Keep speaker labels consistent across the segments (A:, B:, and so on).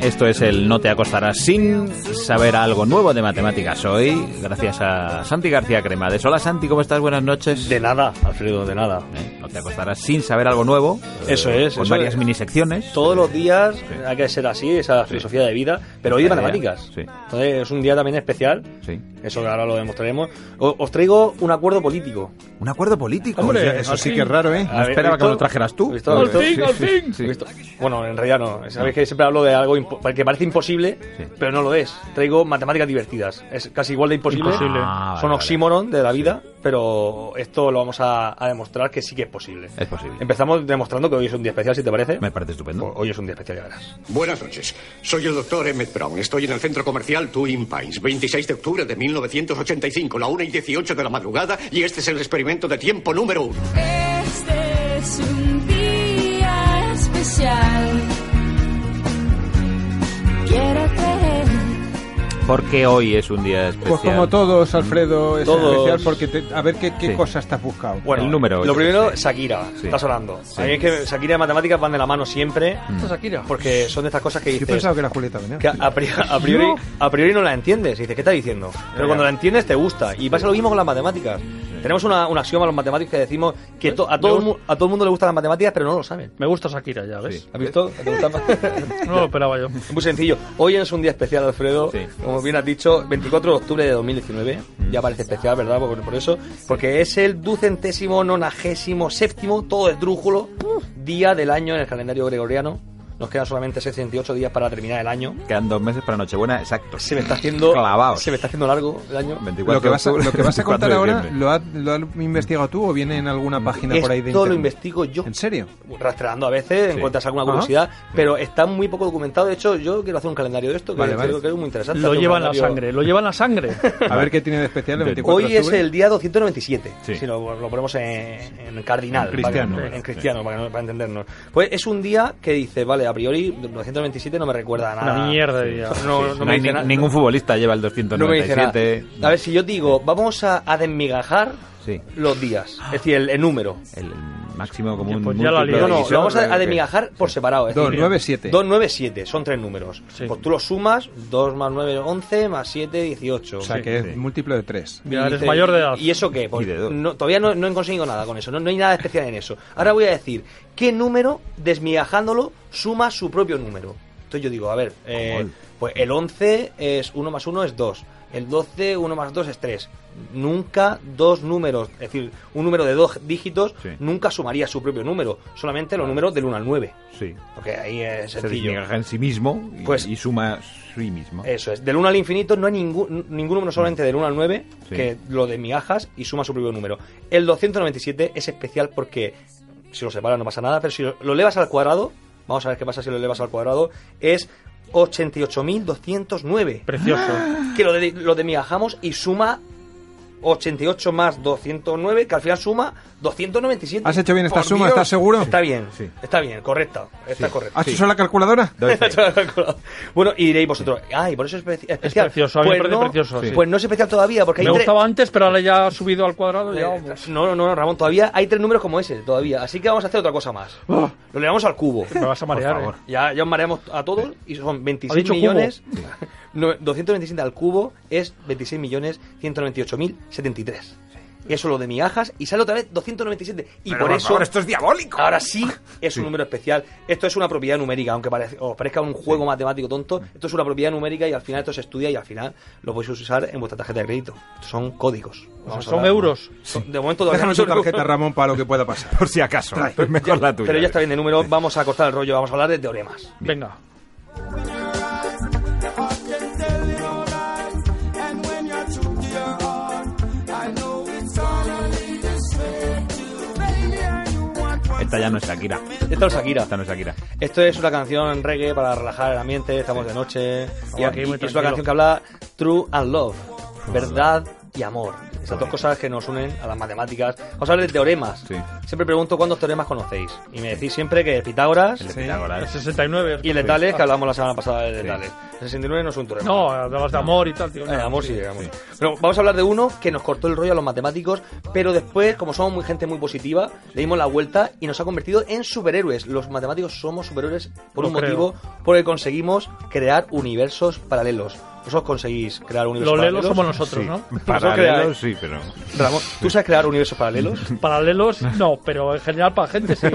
A: Esto es el No te acostarás sin saber algo nuevo de matemáticas hoy, gracias a Santi García Cremades. Hola Santi, ¿cómo estás? Buenas noches.
B: De nada, Alfredo, de nada.
A: Eh, No te acostarás sin saber algo nuevo. eh,
B: Eso es,
A: Con
B: Pues eso
A: varias
B: es.
A: minisecciones.
B: Todos los días hay que ser así, esa filosofía de vida, pero hoy de
A: Ya, ya.
B: matemáticas.
A: Sí.
B: Entonces es un día también especial,
A: Sí.
B: eso que ahora lo demostraremos. O- os traigo un acuerdo político.
A: Un acuerdo político.
C: Hombre,
A: Hostia,
C: eso sí que es raro, ¿eh?
B: A ver,
A: esperaba que
B: ¿visto?
A: lo trajeras tú.
B: ¿Visto? ¿Visto?
A: Sí,
B: ¿Visto?
A: sí, sí.
B: ¿Visto? Bueno, en realidad no. Sabéis que siempre hablo de algo impo- que parece imposible,
A: Sí.
B: pero no lo es. Traigo matemáticas divertidas. Es casi igual de imposible.
A: Imposible. Ah, vale,
B: Son
A: vale.
B: oxímoron de la vida, pero esto lo vamos a, a demostrar que sí que es posible.
A: Es posible.
B: Empezamos demostrando que hoy es un día especial, si te parece. Pues
A: Me parece estupendo.
B: Hoy es un día especial, ya verás.
D: Buenas noches. Soy el doctor Emmett Brown. Estoy en el centro comercial Twin Pines, 26 de octubre de 1985, la 1 y 18 de la madrugada, y este es el experimento de tiempo número uno.
E: Este es un día especial. Quiero creer.
A: Porque hoy es un día especial.
C: Pues como todos, Alfredo, es
B: Todos.
C: especial porque te- a ver qué, qué
A: Sí.
C: cosas te has buscado.
B: Bueno,
A: El número, yo
B: Lo
A: qué
B: primero, Shakira.
A: Sí.
B: Está sonando.
A: Sí. Mm.
B: A mí es que Shakira y matemáticas van de la mano siempre. Shakira? Porque son de estas cosas que
C: Yo
B: dices.
C: pensaba que era Julieta Venegas.
B: que a, pri- a priori, a priori no la entiendes. Y dices, ¿qué está diciendo? Pero cuando la entiendes, te gusta. Y pasa lo mismo con las matemáticas. Tenemos una, un axioma los matemáticos que decimos que to- a, todo el mu- a todo el mundo le gustan las matemáticas, pero no lo saben.
F: Pues Me gusta Shakira, ya ves.
B: ¿Has visto? ¿Te gustan más?
F: No lo esperaba yo.
B: Muy sencillo. Hoy es un día especial, Alfredo.
A: Sí.
B: Como bien has dicho, 24 de octubre de 2019.
F: Mm.
B: Ya parece especial, ¿verdad? Por, por eso. Porque es el ducentésimo, nonagésimo, séptimo, todo esdrújulo, día del año en el calendario gregoriano. Nos quedan solamente 68 días para terminar el año.
A: Quedan dos meses para Nochebuena, exacto.
B: Se me está haciendo,
A: Clavado.
B: se me está haciendo largo el año.
A: 24
C: Lo que,
A: de
C: vas a,
A: octubre,
C: lo que vas a
A: 24
C: contar
A: de
C: ahora,
A: diciembre.
C: ¿lo has, ¿lo has investigado tú o viene en alguna página por ahí de
B: Esto lo
C: internet?
B: investigo yo.
C: ¿En serio?
B: Rastreando a veces,
A: Sí.
B: encuentras alguna
C: Ajá.
B: curiosidad, pero está muy poco documentado. De hecho, yo quiero hacer un calendario de esto, que
C: Vale,
B: creo
C: vale.
B: que es muy interesante.
F: Lo
B: hacer un
F: lleva en la
B: calendario-
F: sangre, lo lleva en la sangre.
C: A ver qué tiene de especial el
A: Hoy
C: 24
B: Hoy es
C: de octubre.
B: el día 297,
A: Sí.
B: si lo, lo ponemos en, en cardinal.
C: En cristiano.
B: para que- en cristiano, para, que no- para entendernos. Pues es un día que dice, vale, a priori 297 no me recuerda a nada.
F: Una mierda de día.
B: No, no
A: No,
B: me
A: hay
B: dice
A: ni-
B: nada.
A: ningún futbolista lleva el
B: No me dice
A: 297.
B: nada. A ver, si yo digo, vamos a, a desmigajar
A: Sí.
B: los días, es decir, el, el número.
A: El máximo como
F: Y
A: un
F: pues ya la
A: múltiplo
F: lió.
B: No,
A: de
B: no,
A: división,
B: lo vamos a, a
A: ¿qué?
B: desmigajar por separado. es decir,
C: 297.
B: 297, son tres números.
F: Sí.
B: Pues tú los sumas, 2 más 9, 11, más 7, 18.
C: O sea, que es múltiplo de 3.
F: Ya
B: Y
F: eres
B: dice,
F: mayor de edad.
B: ¿Y eso qué? Pues
A: Y de dos.
B: no- todavía no, no he conseguido nada con eso. No, no hay nada especial en eso. Ahora voy a decir, ¿qué número, desmigajándolo, suma su propio número? Entonces yo digo, a ver, eh,
A: Gol.
B: pues el 11 es 1 más 1 es 2. El 12, 1 más 2 es 3. Nunca dos números, es decir, un número de dos dígitos,
A: Sí.
B: nunca sumaría su propio número. Solamente los números del 1 al 9.
A: Sí.
B: Porque ahí es
A: Se
B: sencillo.
A: desmigaja en sí mismo y,
B: Pues- Eh,
A: y suma sí mismo.
B: Eso es. Del 1 al infinito no hay ningún, ningún número solamente del 1 al 9
A: Sí.
B: que lo desmigajas y suma su propio número. El 297 es especial porque si lo separas no pasa nada, pero si lo, lo elevas al cuadrado, vamos a ver qué pasa si lo elevas al cuadrado, es 88.209.
F: Precioso.
B: Que lo, de- lo desmigajamos y suma 88 más 209, que al final suma 297.
C: ¿Has hecho bien esta
B: Por
C: suma?
B: Dios.
C: ¿Estás seguro? Ah,
B: Está bien,
A: Sí.
B: está bien, correcta. Está correcta.
C: ¿Has hecho la calculadora?
A: Doy fe.
B: bueno, y diréis vosotros, ay, por eso es especi- especial.
F: precioso, a mí me parece
B: no,
F: precioso, sí.
B: Pues no es especial todavía, porque hay
F: Me
B: tres...
F: gustaba antes, pero ahora ya ha subido al cuadrado. Ya,
B: Eh,
F: vamos.
B: No, no, no, Ramón, todavía hay tres números como ese, todavía. Así que vamos a hacer otra cosa más. Lo le damos al cubo.
F: Ah. Me vas a marear.
A: favor.
F: eh.
B: Ya, ya os mareamos a todos y son 26
F: Ha dicho
B: millones. No, 297 al cubo es 26 millones 198.073. eso lo de migajas y sale otra vez 297. Y
G: Pero,
B: por eso.
G: favor, esto es diabólico.
B: Ahora sí es un número especial. Esto es una propiedad numérica, aunque parez- os parezca un juego matemático tonto. Esto es una propiedad numérica y al final esto se estudia y al final lo podéis usar en vuestra tarjeta de crédito. Estos son códigos. Vamos a
F: son
B: hablar.
F: euros.
B: Son- De momento todavía
C: Déjanos tu
B: no son euros.
C: tarjeta, Ramón, para lo que pueda pasar.
G: Por si acaso. Mejor la tuya.
B: Pero ya está bien de números, vamos a cortar el rollo, vamos a hablar de teoremas.
F: Venga.
A: Esta ya no es Shakira.
B: Esto es Shakira.
A: Esta no es Shakira.
B: Esto es una canción reggae para relajar el ambiente, estamos de noche. Y,
F: aquí
B: y-
F: muy
B: y es
F: tranquilo.
B: una canción que habla True and Love, verdad y amor. Esas dos cosas que nos unen a las matemáticas. Vamos a hablar de teoremas.
A: Sí.
B: Siempre pregunto cuántos teoremas conocéis. Y me decís siempre que Pitágoras
A: El de
C: Sí.
F: El
B: Pues
A: Pitágoras.
F: 69.
B: y el de Tales, que hablamos la semana pasada de Tales. El 69 no es un teorema.
F: No, hablabas de amor y tal, tío.
B: Eh, amor, sí, digamos. Pero vamos a hablar de uno que nos cortó el rollo a los matemáticos, pero después, como somos muy gente muy positiva, le dimos la vuelta y nos ha convertido en superhéroes. Los matemáticos somos superhéroes por
F: Lo
B: un
F: creo.
B: motivo, porque conseguimos crear universos paralelos. Vosotros conseguís crear universos
F: Los lelos
B: paralelos.
F: somos nosotros,
A: Sí.
F: ¿no?
A: Paralelos, sí, pero.
B: Ramón, ¿tú sabes crear universos paralelos?
F: Paralelos, no, pero en general para gente sí.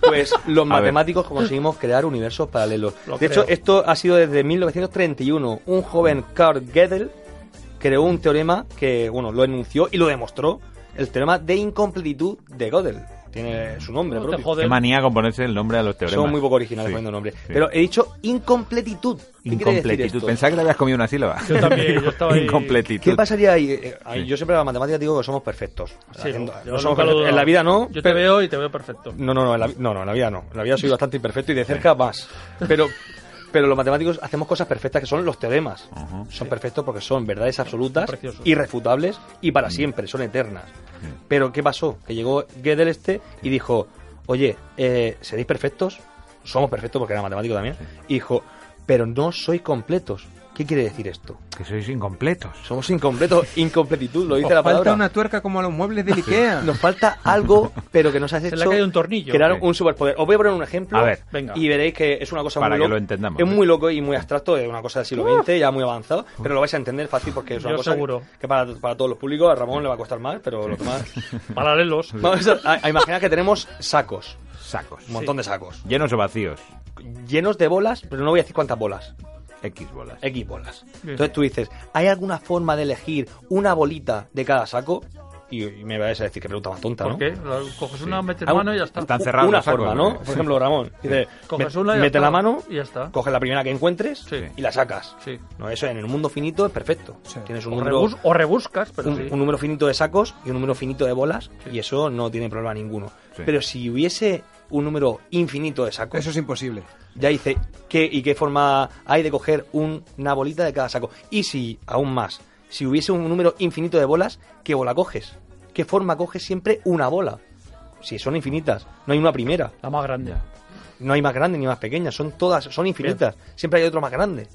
B: Pues los
A: A ver.
B: matemáticos conseguimos crear universos paralelos.
F: Lo
B: de
F: creo.
B: hecho, esto ha sido desde 1931. Un joven Carl Gödel creó un teorema que, bueno, lo enunció y lo demostró. El teorema de incompletitud de Gödel. Tiene su nombre
F: No te
B: propio.
F: jodes.
A: Qué manía con ponerse el nombre a los teoremas.
B: Son muy poco originales
A: Sí,
B: poniendo nombre.
A: sí.
B: Pero he dicho incompletitud. ¿Qué quiere decir
A: Incompletitud.
B: esto?
A: Pensaba que le habías comido una sílaba.
F: Yo también, yo estaba ahí.
A: Incompletitud.
B: ¿Qué pasaría ahí? Eh, ahí Yo siempre en las matemáticas digo que somos perfectos.
F: Sí,
B: Haciendo-
F: yo
B: no somos
F: nunca lo he
B: perfectos.
F: dudado.
B: en la vida no.
F: Yo te
B: pero-
F: veo y te veo perfecto.
B: No, no, no, en la, vi- no, no, en la vida no. En la vida soy bastante imperfecto y de cerca más. Pero, pero los matemáticos hacemos cosas perfectas que son los teoremas.
A: Ajá.
B: Son perfectos porque son verdades absolutas,
F: Son preciosos.
B: irrefutables y para siempre, son eternas. Pero ¿qué pasó? Que llegó Gödel este y dijo, oye, eh, ¿seréis perfectos? Somos perfectos porque era matemático también. Y dijo, pero no sois completos. ¿Qué quiere decir esto?
A: Que sois incompletos.
B: Somos incompletos, incompletitud, lo dice
C: Os
B: la palabra.
C: falta una tuerca como a los muebles de Ikea.
B: Nos falta algo, pero que nos has hecho.
F: le ha caído un tornillo.
B: Crear
A: Sí.
B: un superpoder. Os voy a poner un ejemplo.
A: A ver,
F: venga.
B: Y veréis que es una cosa
A: Para que
B: muy loca.
A: lo entendamos. ¿eh?
B: Es muy loco y muy abstracto. Es una cosa del siglo XX, ya muy avanzado. Pero lo vais a entender fácil porque es una
F: Yo
B: cosa
F: seguro.
B: que- que para, para todos los públicos a Ramón le va a costar más, pero lo demás.
F: Paralelos.
B: Vamos a, a imaginar que tenemos sacos.
A: Sacos.
B: Un montón de sacos.
A: Llenos o vacíos.
B: Llenos de bolas, pero no voy a decir cuántas bolas.
A: X bolas.
B: X bolas. Entonces tú dices, ¿hay alguna forma de elegir una bolita de cada saco? Y, y me vais a decir que pregunta más tonta,
F: ¿Por
B: ¿no?
F: qué? Lo- Coges una, metes
B: Ah,
F: mano y ya está.
A: están cerrados
B: Una
A: los sacos,
B: forma,
A: ¿no?
B: ¿no? Por ejemplo, Ramón. Dice,
F: Coges
B: me-
F: una y ya
B: mete
F: está.
B: la mano,
F: Y ya está.
B: coges la primera que encuentres
F: Sí.
B: y la sacas.
F: Sí.
B: No, eso en el mundo finito es perfecto. Tienes un
F: O,
B: número,
F: rebus- o rebuscas, pero
B: un,
F: sí.
B: un número finito de sacos y un número finito de bolas y eso no tiene problema ninguno.
A: Sí.
B: Pero si hubiese un número infinito de sacos,
C: Eso es imposible.
B: ya dice qué y qué forma hay de coger un- una bolita de cada saco. Y si, aún más, si hubiese un número infinito de bolas, ¿qué bola coges? ¿Qué forma coges siempre una bola? Si son infinitas, no hay una primera.
F: La más grande.
B: No hay más grande ni más pequeña, son todas, son infinitas. Siempre hay otro más grande.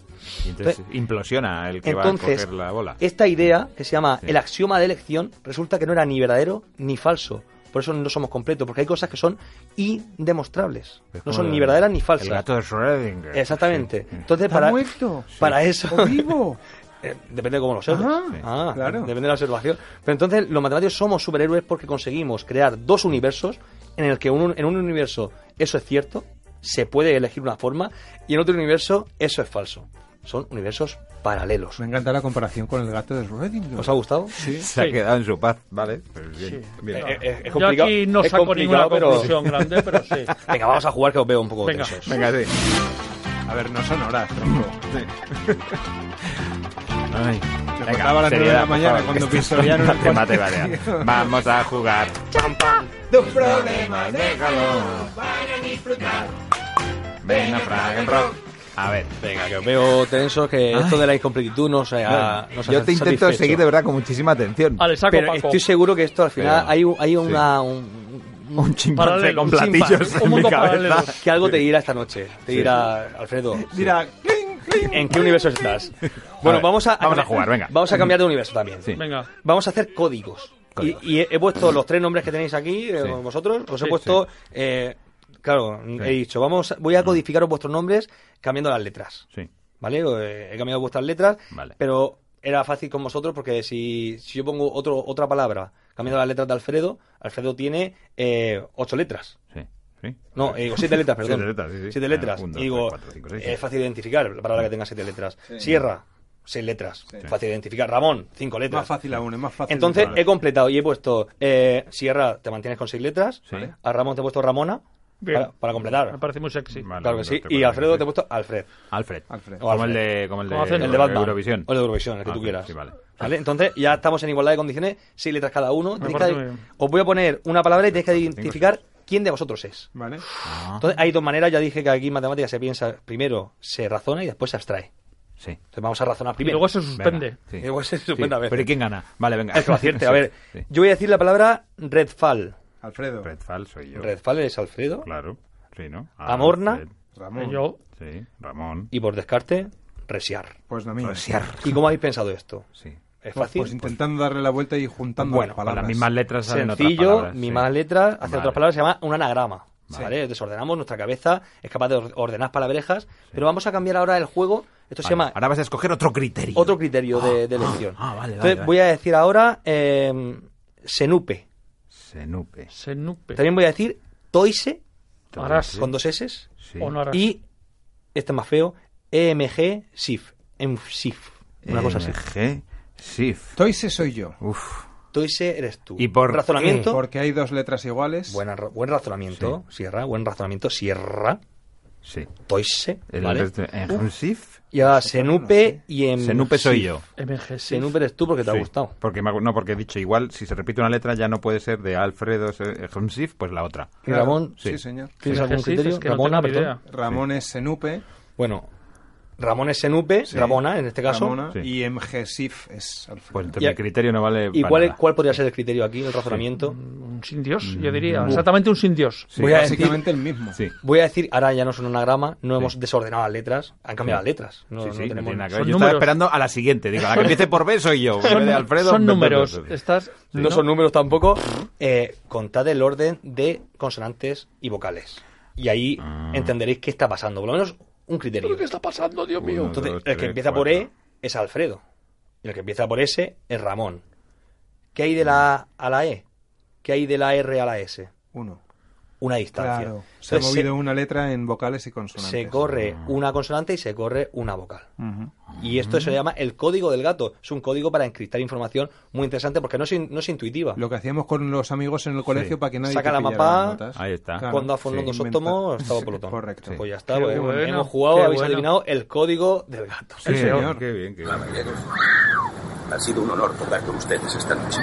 A: Y Entonces, implosiona el que va a
B: Entonces,
A: coger la bola.
B: esta idea que se llama
A: Sí.
B: el axioma de elección resulta que no era ni verdadero ni falso. Por eso no somos completos, porque hay cosas que son indemostrables.
A: Es
B: No
A: como
B: son
A: el-
B: ni verdaderas ni falsas.
A: El gato de Schrödinger.
B: Exactamente.
A: Sí.
B: Entonces,
C: ¿Está
B: para,
C: muerto?
B: para eso.
C: ¿O vivo?
B: Eh, depende de cómo lo observes.
C: Ah, claro.
B: Depende de la observación. Pero entonces los matemáticos somos superhéroes porque conseguimos crear dos universos en el que un- en un universo eso es cierto, se puede elegir una forma, y en otro universo eso es falso. Son universos paralelos.
C: Pues Me encanta la comparación con el gato de Schrödinger.
B: ¿Os ha gustado?
A: Se ha quedado en su paz, ¿vale? Pero bien, bien.
B: Eh, eh, es
F: Yo
B: complicado-
F: aquí no
B: es
F: saco
B: complicado,
F: ninguna
B: pero-
F: conclusión grande, pero sí.
B: Venga, vamos a jugar que os veo un poco
F: Venga.
B: tensos.
A: Venga, sí.
C: A ver, no son horas, tronco.
A: Ay.
C: Me acordaba a las nueve de la
A: por
C: mañana
A: favor,
C: cuando
A: que esto
C: pisolearon
A: no
C: el
A: te mate,
C: cuarto.
A: vale. Vamos a jugar.
C: Dos problemas.
A: déjalo. Ven a Frag and Rock. A ver,
B: Venga, que os veo tensos, que esto de la incompletitud no se ha, no se ha
G: Ah, Yo te intento
B: satisfecho.
G: seguir de verdad con muchísima atención.
F: Ale, saco
B: Pero
F: Paco.
B: estoy seguro que esto al final
A: Pero-
B: hay, un- hay una, un-
G: Un chimpancé
F: Paralelo,
G: con
F: un
G: platillos
F: chimpancé, un
G: en mi
F: mundo
G: cabeza.
F: paralelo.
B: que algo te dirá esta noche. Te dirá, Alfredo,
C: Mira, clink, clink.
B: ¿en qué universo estás?
A: A
B: Bueno,
A: ver,
B: vamos a,
A: vamos a jugar, venga.
B: Vamos a cambiar de universo también.
A: Sí.
F: Venga.
B: Vamos a hacer códigos.
A: Códigos.
B: Y, y he, he puesto los tres nombres que tenéis aquí, eh, vosotros. Os he puesto. eh, claro, he dicho, vamos, a- voy a codificaros vuestros nombres cambiando las letras.
A: sí.
B: ¿Vale? Eh, He cambiado vuestras letras.
A: Vale.
B: Pero era fácil con vosotros porque si, si yo pongo otro, otra palabra cambiando las letras de Alfredo, Alfredo tiene eh, ocho letras.
A: Sí, sí.
B: No, eh, digo, siete letras, perdón.
A: Siete letras, sí, sí.
B: Siete letras.
A: Ah, un, dos,
B: y digo,
A: tres, cuatro, cinco, seis,
B: es
A: siete.
B: fácil identificar la palabra que tenga siete letras. Sierra, seis letras. Fácil identificar. Ramón, cinco letras.
C: Más fácil aún, es más fácil.
B: Entonces
C: Vale.
B: he completado y he puesto eh, Sierra, te mantienes con seis letras.
A: Sí.
B: A Ramón te he puesto Ramona
F: Bien.
B: para, para completar.
F: Me parece muy sexy.
A: Vale.
B: claro que
A: dos,
B: sí.
A: tres,
B: Y
A: cuatro,
B: Alfredo
A: cinco,
B: te he puesto Alfred.
A: Alfred.
C: Alfred.
A: Como el de, como el de,
F: Como hacen
B: El de Batman.
A: Eh, Eurovisión.
B: O el de Eurovisión, el que tú
A: Ah,
B: quieras.
A: sí, vale.
B: ¿Vale? Entonces ya estamos en igualdad de condiciones, seis letras cada uno. Tenéis que-
F: parece muy bien.
B: os voy a poner una palabra y tenéis que identificar quién de vosotros es.
C: Vale.
A: Ah,
B: Entonces hay dos maneras, ya dije que aquí en matemáticas se piensa, primero se razona y después se abstrae.
A: Sí.
B: Entonces vamos a razonar
F: Y
B: primero.
F: luego se suspende.
A: Venga, sí.
B: Y luego se
A: Sí,
B: suspende a veces.
A: Pero ¿y quién gana? Vale, venga.
B: El que lo acierte, a ver.
A: Sí.
B: Yo voy a decir la palabra redfall.
C: Alfredo.
A: Redfall soy yo.
B: Redfall es Alfredo.
A: Claro. Sí, ¿no?
B: Amorna.
A: Alfred.
C: Ramón.
F: Yo,
A: Sí. Ramón.
B: Y por descarte, resiar.
C: Pues no, mira.
B: ¿Y cómo habéis pensado esto?
A: Sí.
B: ¿Es
C: Pues,
B: fácil?
C: pues intentando darle la vuelta y juntando
B: Bueno,
C: las
A: Con
C: palabras.
A: las mismas letras salen otras
B: Sencillo,
A: palabras,
B: mi
A: sí.
B: más letras, hacia
A: Vale.
B: otras palabras se llama un anagrama.
C: Sí.
B: ¿Vale? Desordenamos nuestra cabeza, es capaz de or- ordenar palabrejas, pero vamos a cambiar ahora el juego. Esto se
A: Vale,
B: llama
A: Ahora vas a escoger otro criterio.
B: otro criterio de, de elección.
A: ah, vale, vale,
B: Entonces
A: vale.
B: voy a decir ahora eh, Senupe.
A: Senupe.
F: Senupe.
B: También voy a decir Toise
F: Harás.
B: con dos S
A: Ah, Sí.
F: O no harás.
B: y, este es más feo, EMG SIF. em- SIF. Una cosa
A: E
B: así.
A: MG, SIF.
C: Toise soy yo.
A: Uf.
B: Toise eres tú.
A: ¿Y por E
B: razonamiento?
C: Porque hay dos letras iguales.
B: Buena ra- buen razonamiento, Sierra. Buen razonamiento, Sierra.
A: Sí.
B: Toise.
A: El
B: ¿vale?
A: resto- MG, SIF.
B: Y ahora Senupe y en...
A: Senupe soy yo.
F: MG, sí.
B: Senupe eres tú porque Mm, te ha
A: Sí,
B: gustado.
A: Porque me ha gu- no, porque he dicho igual, si se repite una letra ya no puede ser de Alfredo eh, Homsif, pues la otra.
B: Y Ramón,
C: Sí,
A: Sí.
C: señor.
B: ¿tienes
F: MG,
B: algún
F: sí,
B: criterio?
F: es que no
B: Ramona,
F: tengo ni
B: perdón.
F: idea.
C: Ramón es Senupe.
B: este Bueno, Ramón es Senupe,
C: Sí.
B: Ramona en este caso.
C: Ramona,
A: Sí.
C: Y MG Sif es Alfredo.
A: Pues entonces
B: Ya.
A: mi criterio no vale
B: ¿Y
A: para
B: cuál, es-
A: nada.
B: cuál podría ser el criterio aquí, el razonamiento?
F: Un sin Dios, yo diría. Exactamente un sin Dios.
A: Sí,
B: voy a decir-
C: Básicamente el mismo.
A: Sí.
B: Voy a decir, ahora ya no son anagrama, no hemos desordenado las letras, han cambiado
A: Sí.
B: las letras. No,
A: Sí,
B: no
A: sí, no
B: tenemos-
A: tiene nada que ver.
F: son
A: Yo estaba
F: números.
A: esperando a la siguiente. Digo, la que empiece por B soy yo. en vez
F: Son,
A: de Alfredo,
F: son
A: Alfredo,
F: números.
A: Alfredo.
F: Estás.
B: No son números tampoco. Eh, contad el orden de consonantes y vocales. Y ahí
A: Ah.
B: entenderéis qué está pasando. Por lo menos un criterio. ¿Qué está pasando, Dios
A: mío? Uno,
B: Entonces,
A: dos,
B: el que
A: tres,
B: empieza por E
A: cuatro.
B: es Alfredo. Y el que empieza por S es Ramón. ¿Qué hay de la A
A: Mm.
B: a la E? ¿Qué hay de la R a la S?
C: Uno.
B: Una distancia.
C: Claro. Se ha
B: Entonces,
C: movido una letra en vocales y consonantes.
B: se corre una consonante y se corre una vocal.
C: Ujú.
B: Y esto se le llama el código del gato. Es un código para encriptar información muy interesante porque no es, in- no es intuitiva.
C: Lo que hacíamos con los amigos en el colegio para que nadie
B: Saca
C: te
B: la
C: pillara
B: mapa,
C: las notas.
A: Ahí está.
C: Claro.
B: Cuando ha fundado
C: Sí.
B: dos óptomos, estaba
C: Sí,
B: pelotón.
C: correcto.
B: Pues ya está,
F: Qué
B: pues,
F: bueno,
B: hemos jugado,
F: qué
B: habéis
F: bueno.
B: adivinado el código del gato.
A: Sí, señor.
C: señor.
A: Qué bien, qué bien.
H: Ha sido un honor tocar con ustedes esta noche.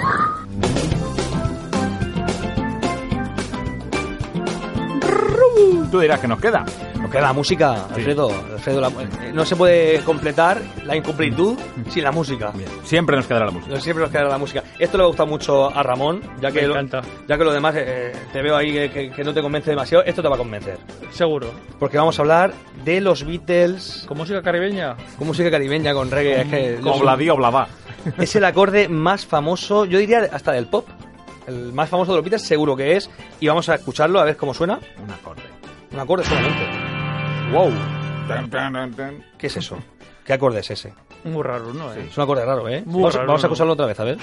A: Tú dirás que nos queda.
B: Nos queda la música, Alfredo. Alfredo la- eh, no se puede completar la incumplitud sin la música.
A: Siempre nos quedará la música.
B: No siempre nos queda la música. Esto le va a gustar mucho a Ramón, ya que,
F: Me
B: lo,
F: encanta.
B: ya que lo demás eh, te veo ahí que, que- que no te convence demasiado. Esto te va a convencer.
F: Seguro.
B: Porque vamos a hablar de los Beatles
F: Con música caribeña.
B: con música caribeña, con reggae. Es, que yo soy-
A: Obladí, oblabá.
B: es el acorde más famoso, yo diría hasta del pop. El más famoso de los Beatles seguro que es. Y vamos a escucharlo a ver cómo suena.
A: Un acorde.
B: Un acorde solamente. ¡Wow!
A: Tan, tan, tan, tan.
B: ¿Qué es eso? ¿Qué acorde es ese?
F: Muy raro, ¿no? eh?
B: Es un acorde raro, ¿eh?
F: Muy
B: vamos,
F: raro,
B: vamos a
F: ¿no?
B: acusarlo otra vez, a ver.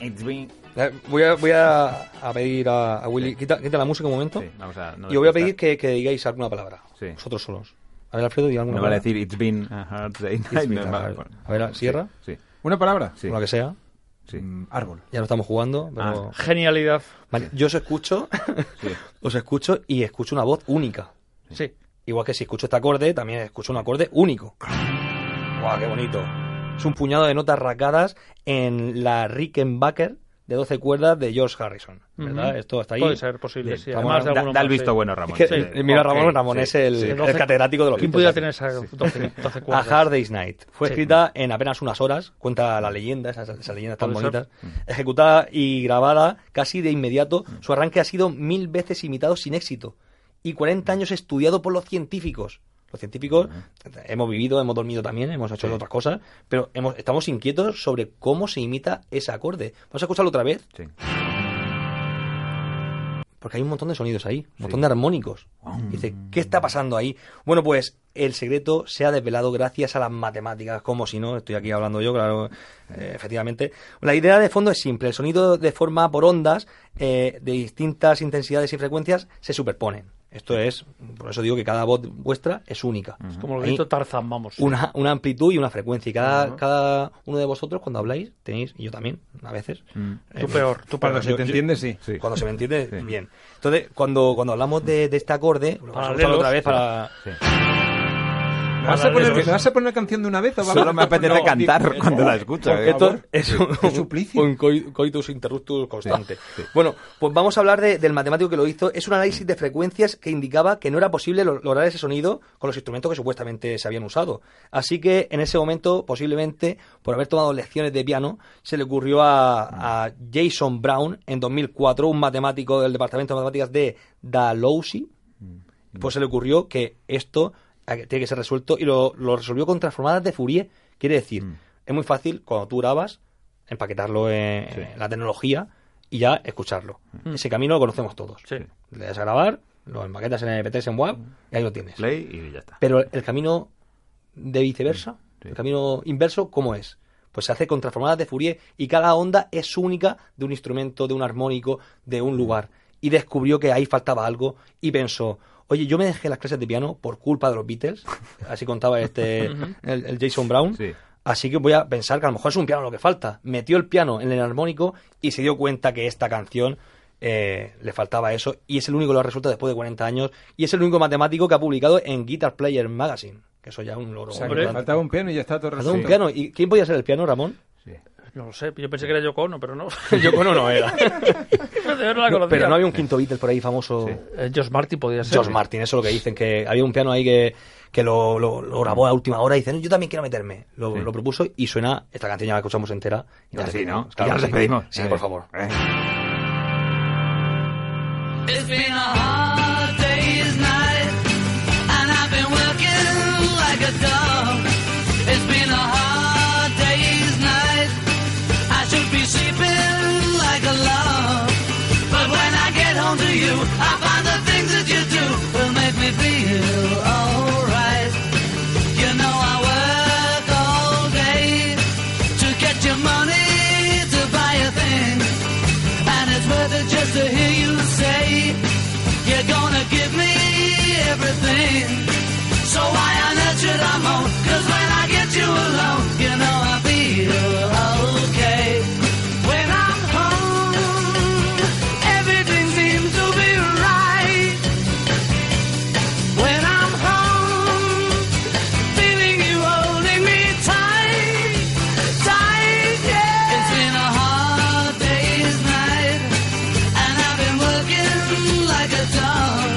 A: It's been-
B: Eh, Voy a, voy a, a pedir a, a Willy. Quita, quita la música un momento.
A: Sí, vamos a- no
B: y os voy
A: despistar.
B: a pedir que, que digáis alguna palabra.
A: Sí.
B: Vosotros solos. A ver, Alfredo, di alguna
A: No vale
B: palabra.
A: decir it's been a hard day.
B: It's been
A: No,
B: a
A: vale,
B: hard-
A: bueno.
B: A ver, Sierra,
A: Sí,
C: Una palabra.
A: sí. Ah,
B: con la que sea.
A: sí.
C: Mm, Árbol.
B: Ya lo estamos jugando. pero-
F: Genialidad.
B: Vale, yo os escucho.
A: Sí.
B: os escucho y escucho una voz única.
F: Sí.
B: Igual que si escucho este acorde, también escucho un acorde único. ¡Guau, qué bonito! Es un puñado de notas racadas en la Rickenbacker de 12 cuerdas de George Harrison. ¿Verdad?
F: Ujú.
B: Esto hasta ahí.
F: Puede ser posible,
A: Bien,
F: sí.
B: vamos,
F: Además de
A: Da,
F: alguno
A: da el
F: más,
A: visto
F: sí.
A: bueno, Ramón.
B: Es que,
A: Sí.
B: eh, mira,
A: Ok,
B: Ramón, Ramón
A: sí,
B: es el,
A: sí.
B: el
F: Doce-
B: catedrático de los
F: ¿Quién
B: Beatles.
F: pudiera tener esa 12, 12
B: A
F: cuerdas?
B: Hard Day's Night. Fue
F: Sí.
B: escrita en apenas unas horas, cuenta la leyenda, esas, esas leyendas tan
F: Puede ser. Mm.
B: bonitas. Ejecutada y grabada casi de inmediato, su arranque ha sido mil veces imitado sin éxito y 40 años estudiado por los científicos. Los científicos
F: Mm.
B: hemos vivido, hemos dormido también, hemos hecho otras cosas, pero hemos- estamos inquietos sobre cómo se imita ese acorde. Vamos a escucharlo otra vez,
A: Sí.
B: porque hay un montón de sonidos ahí, un montón de armónicos. Dice, ¿qué está pasando ahí? Bueno, pues el secreto se ha desvelado gracias a las matemáticas, como si no, estoy aquí hablando yo, claro, eh, efectivamente. La idea de fondo es simple, el sonido de forma por ondas eh, de distintas intensidades y frecuencias se superponen. Esto es, por eso digo que cada voz vuestra es única.
F: Es como el
B: Ahí-
F: grito Tarzán, vamos.
B: una, una amplitud y una frecuencia. Y cada, cada uno de vosotros, cuando habláis, tenéis, y yo también, a veces. eh,
F: Tú peor, tú
C: Cuando
F: peor.
C: se te entiende, sí.
B: Cuando se me entiende, bien. Entonces, cuando, cuando hablamos de, de este acorde, lo vamos a usar
F: Paralelos.
B: otra vez para.
C: ¿Me vas, a poner, me vas a poner canción de una vez? o vamos
A: Solo me
C: a-
A: apetece
C: No,
A: cantar
C: di-
A: cuando
C: no.
A: la escucho.
C: Por
A: ¿eh?
C: favor.
B: Esto es un,
C: Qué suplicio.
B: un coi- coitus interruptus constante. Bueno, pues vamos a hablar de- del matemático que lo hizo. Es un análisis de frecuencias que indicaba que no era posible lo- lograr ese sonido con los instrumentos que supuestamente se habían usado. Así que en ese momento, posiblemente por haber tomado lecciones de piano, se le ocurrió a, a Jason Brown en 2004, un matemático del Departamento de Matemáticas de Dalhousie, pues se le ocurrió que esto a que- tiene que ser resuelto y lo, lo resolvió con transformadas de Fourier. Quiere decir, es muy fácil cuando tú grabas, empaquetarlo en, en la tecnología y ya escucharlo. Ese camino lo conocemos todos.
F: Sí.
B: Le das a grabar, lo empaquetas en MP3 en WAV y ahí lo tienes.
A: Play y ya está.
B: Pero el camino de viceversa, el camino inverso, ¿cómo es? Pues se hace con transformadas de Fourier y cada onda es única de un instrumento, de un armónico, de un lugar. Y descubrió que ahí faltaba algo y pensó, oye, yo me dejé las clases de piano por culpa de los Beatles, así contaba este el, el Jason Brown.
A: Sí.
B: Así que voy a pensar que a lo mejor es un piano lo que falta. Metió el piano en el armónico y se dio cuenta que esta canción eh, le faltaba eso. Y es el único que lo ha resuelto después de 40 años. Y es el único matemático que ha publicado en Guitar Player Magazine. Que eso ya es un logro.
C: O sea, que
F: Hombre.
B: importante.
C: faltaba un piano y ya está todo
B: Faltaba un
C: resuelto.
B: piano. ¿Y quién podía ser el piano, Ramón?
F: No lo sé, yo pensé que era Yoko Ono, pero no.
B: Yoko Ono no era.
F: Pero de verdad la conocía.
B: Pero no había un quinto Beatle por ahí famoso.
F: Eh, George Martin podía ser.
B: George Martin, eso es lo que dicen, que había un piano ahí que, que lo, lo- lo grabó a última hora y dicen, yo también quiero meterme. Lo, lo propuso y suena esta canción, ya la escuchamos entera. Y
A: Ya
B: nos
A: sí,
B: despedimos.
A: ¿no?
B: Claro
A: Ya nos
B: que sí.
A: despedimos.
B: Sí,
A: Eh.
B: por favor.
I: It's been a hard day's night, and I've been working like a dog. It's been a hard day's night. I should be sleeping like a log. But when I get home to you, I find the things that you do will make me feel alright. You know I work all day to get your money to buy a thing. And it's worth it just to hear you say You're gonna give me everything So why on earth should I moan? Cause when I get you alone You know I feel okay When I'm home Everything seems to be right When I'm home Feeling you holding me tight Tight, yeah It's been a hard day's night and I've been working like a dog.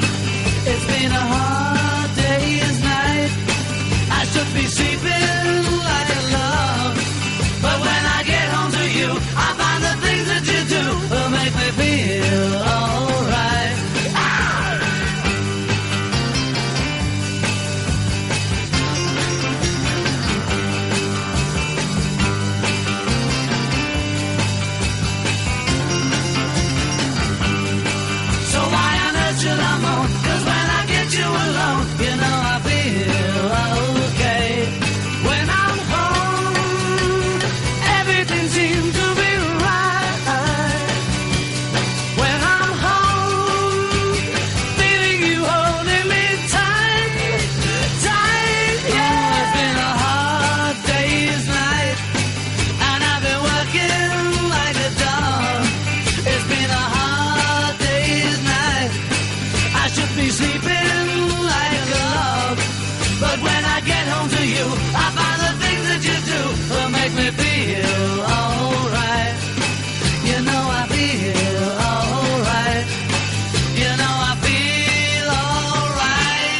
I: It's been a hard day's night. I should be sleeping like a log. But when I get home to you, I find the things that you do will make me feel alright. So why on earth should I moan? 'Cause when I get you alone, you know I feel okay. When I'm home, everything seems to be right. When I'm home, feeling you holding me tight, tight. Yeah, it's been a hard day's night. And I've been working like a dog. It's been a hard day's night. I should be sleeping like a log. But when I get home to you, I find the things that you do will make me feel alright. You know I feel alright. You know I feel alright.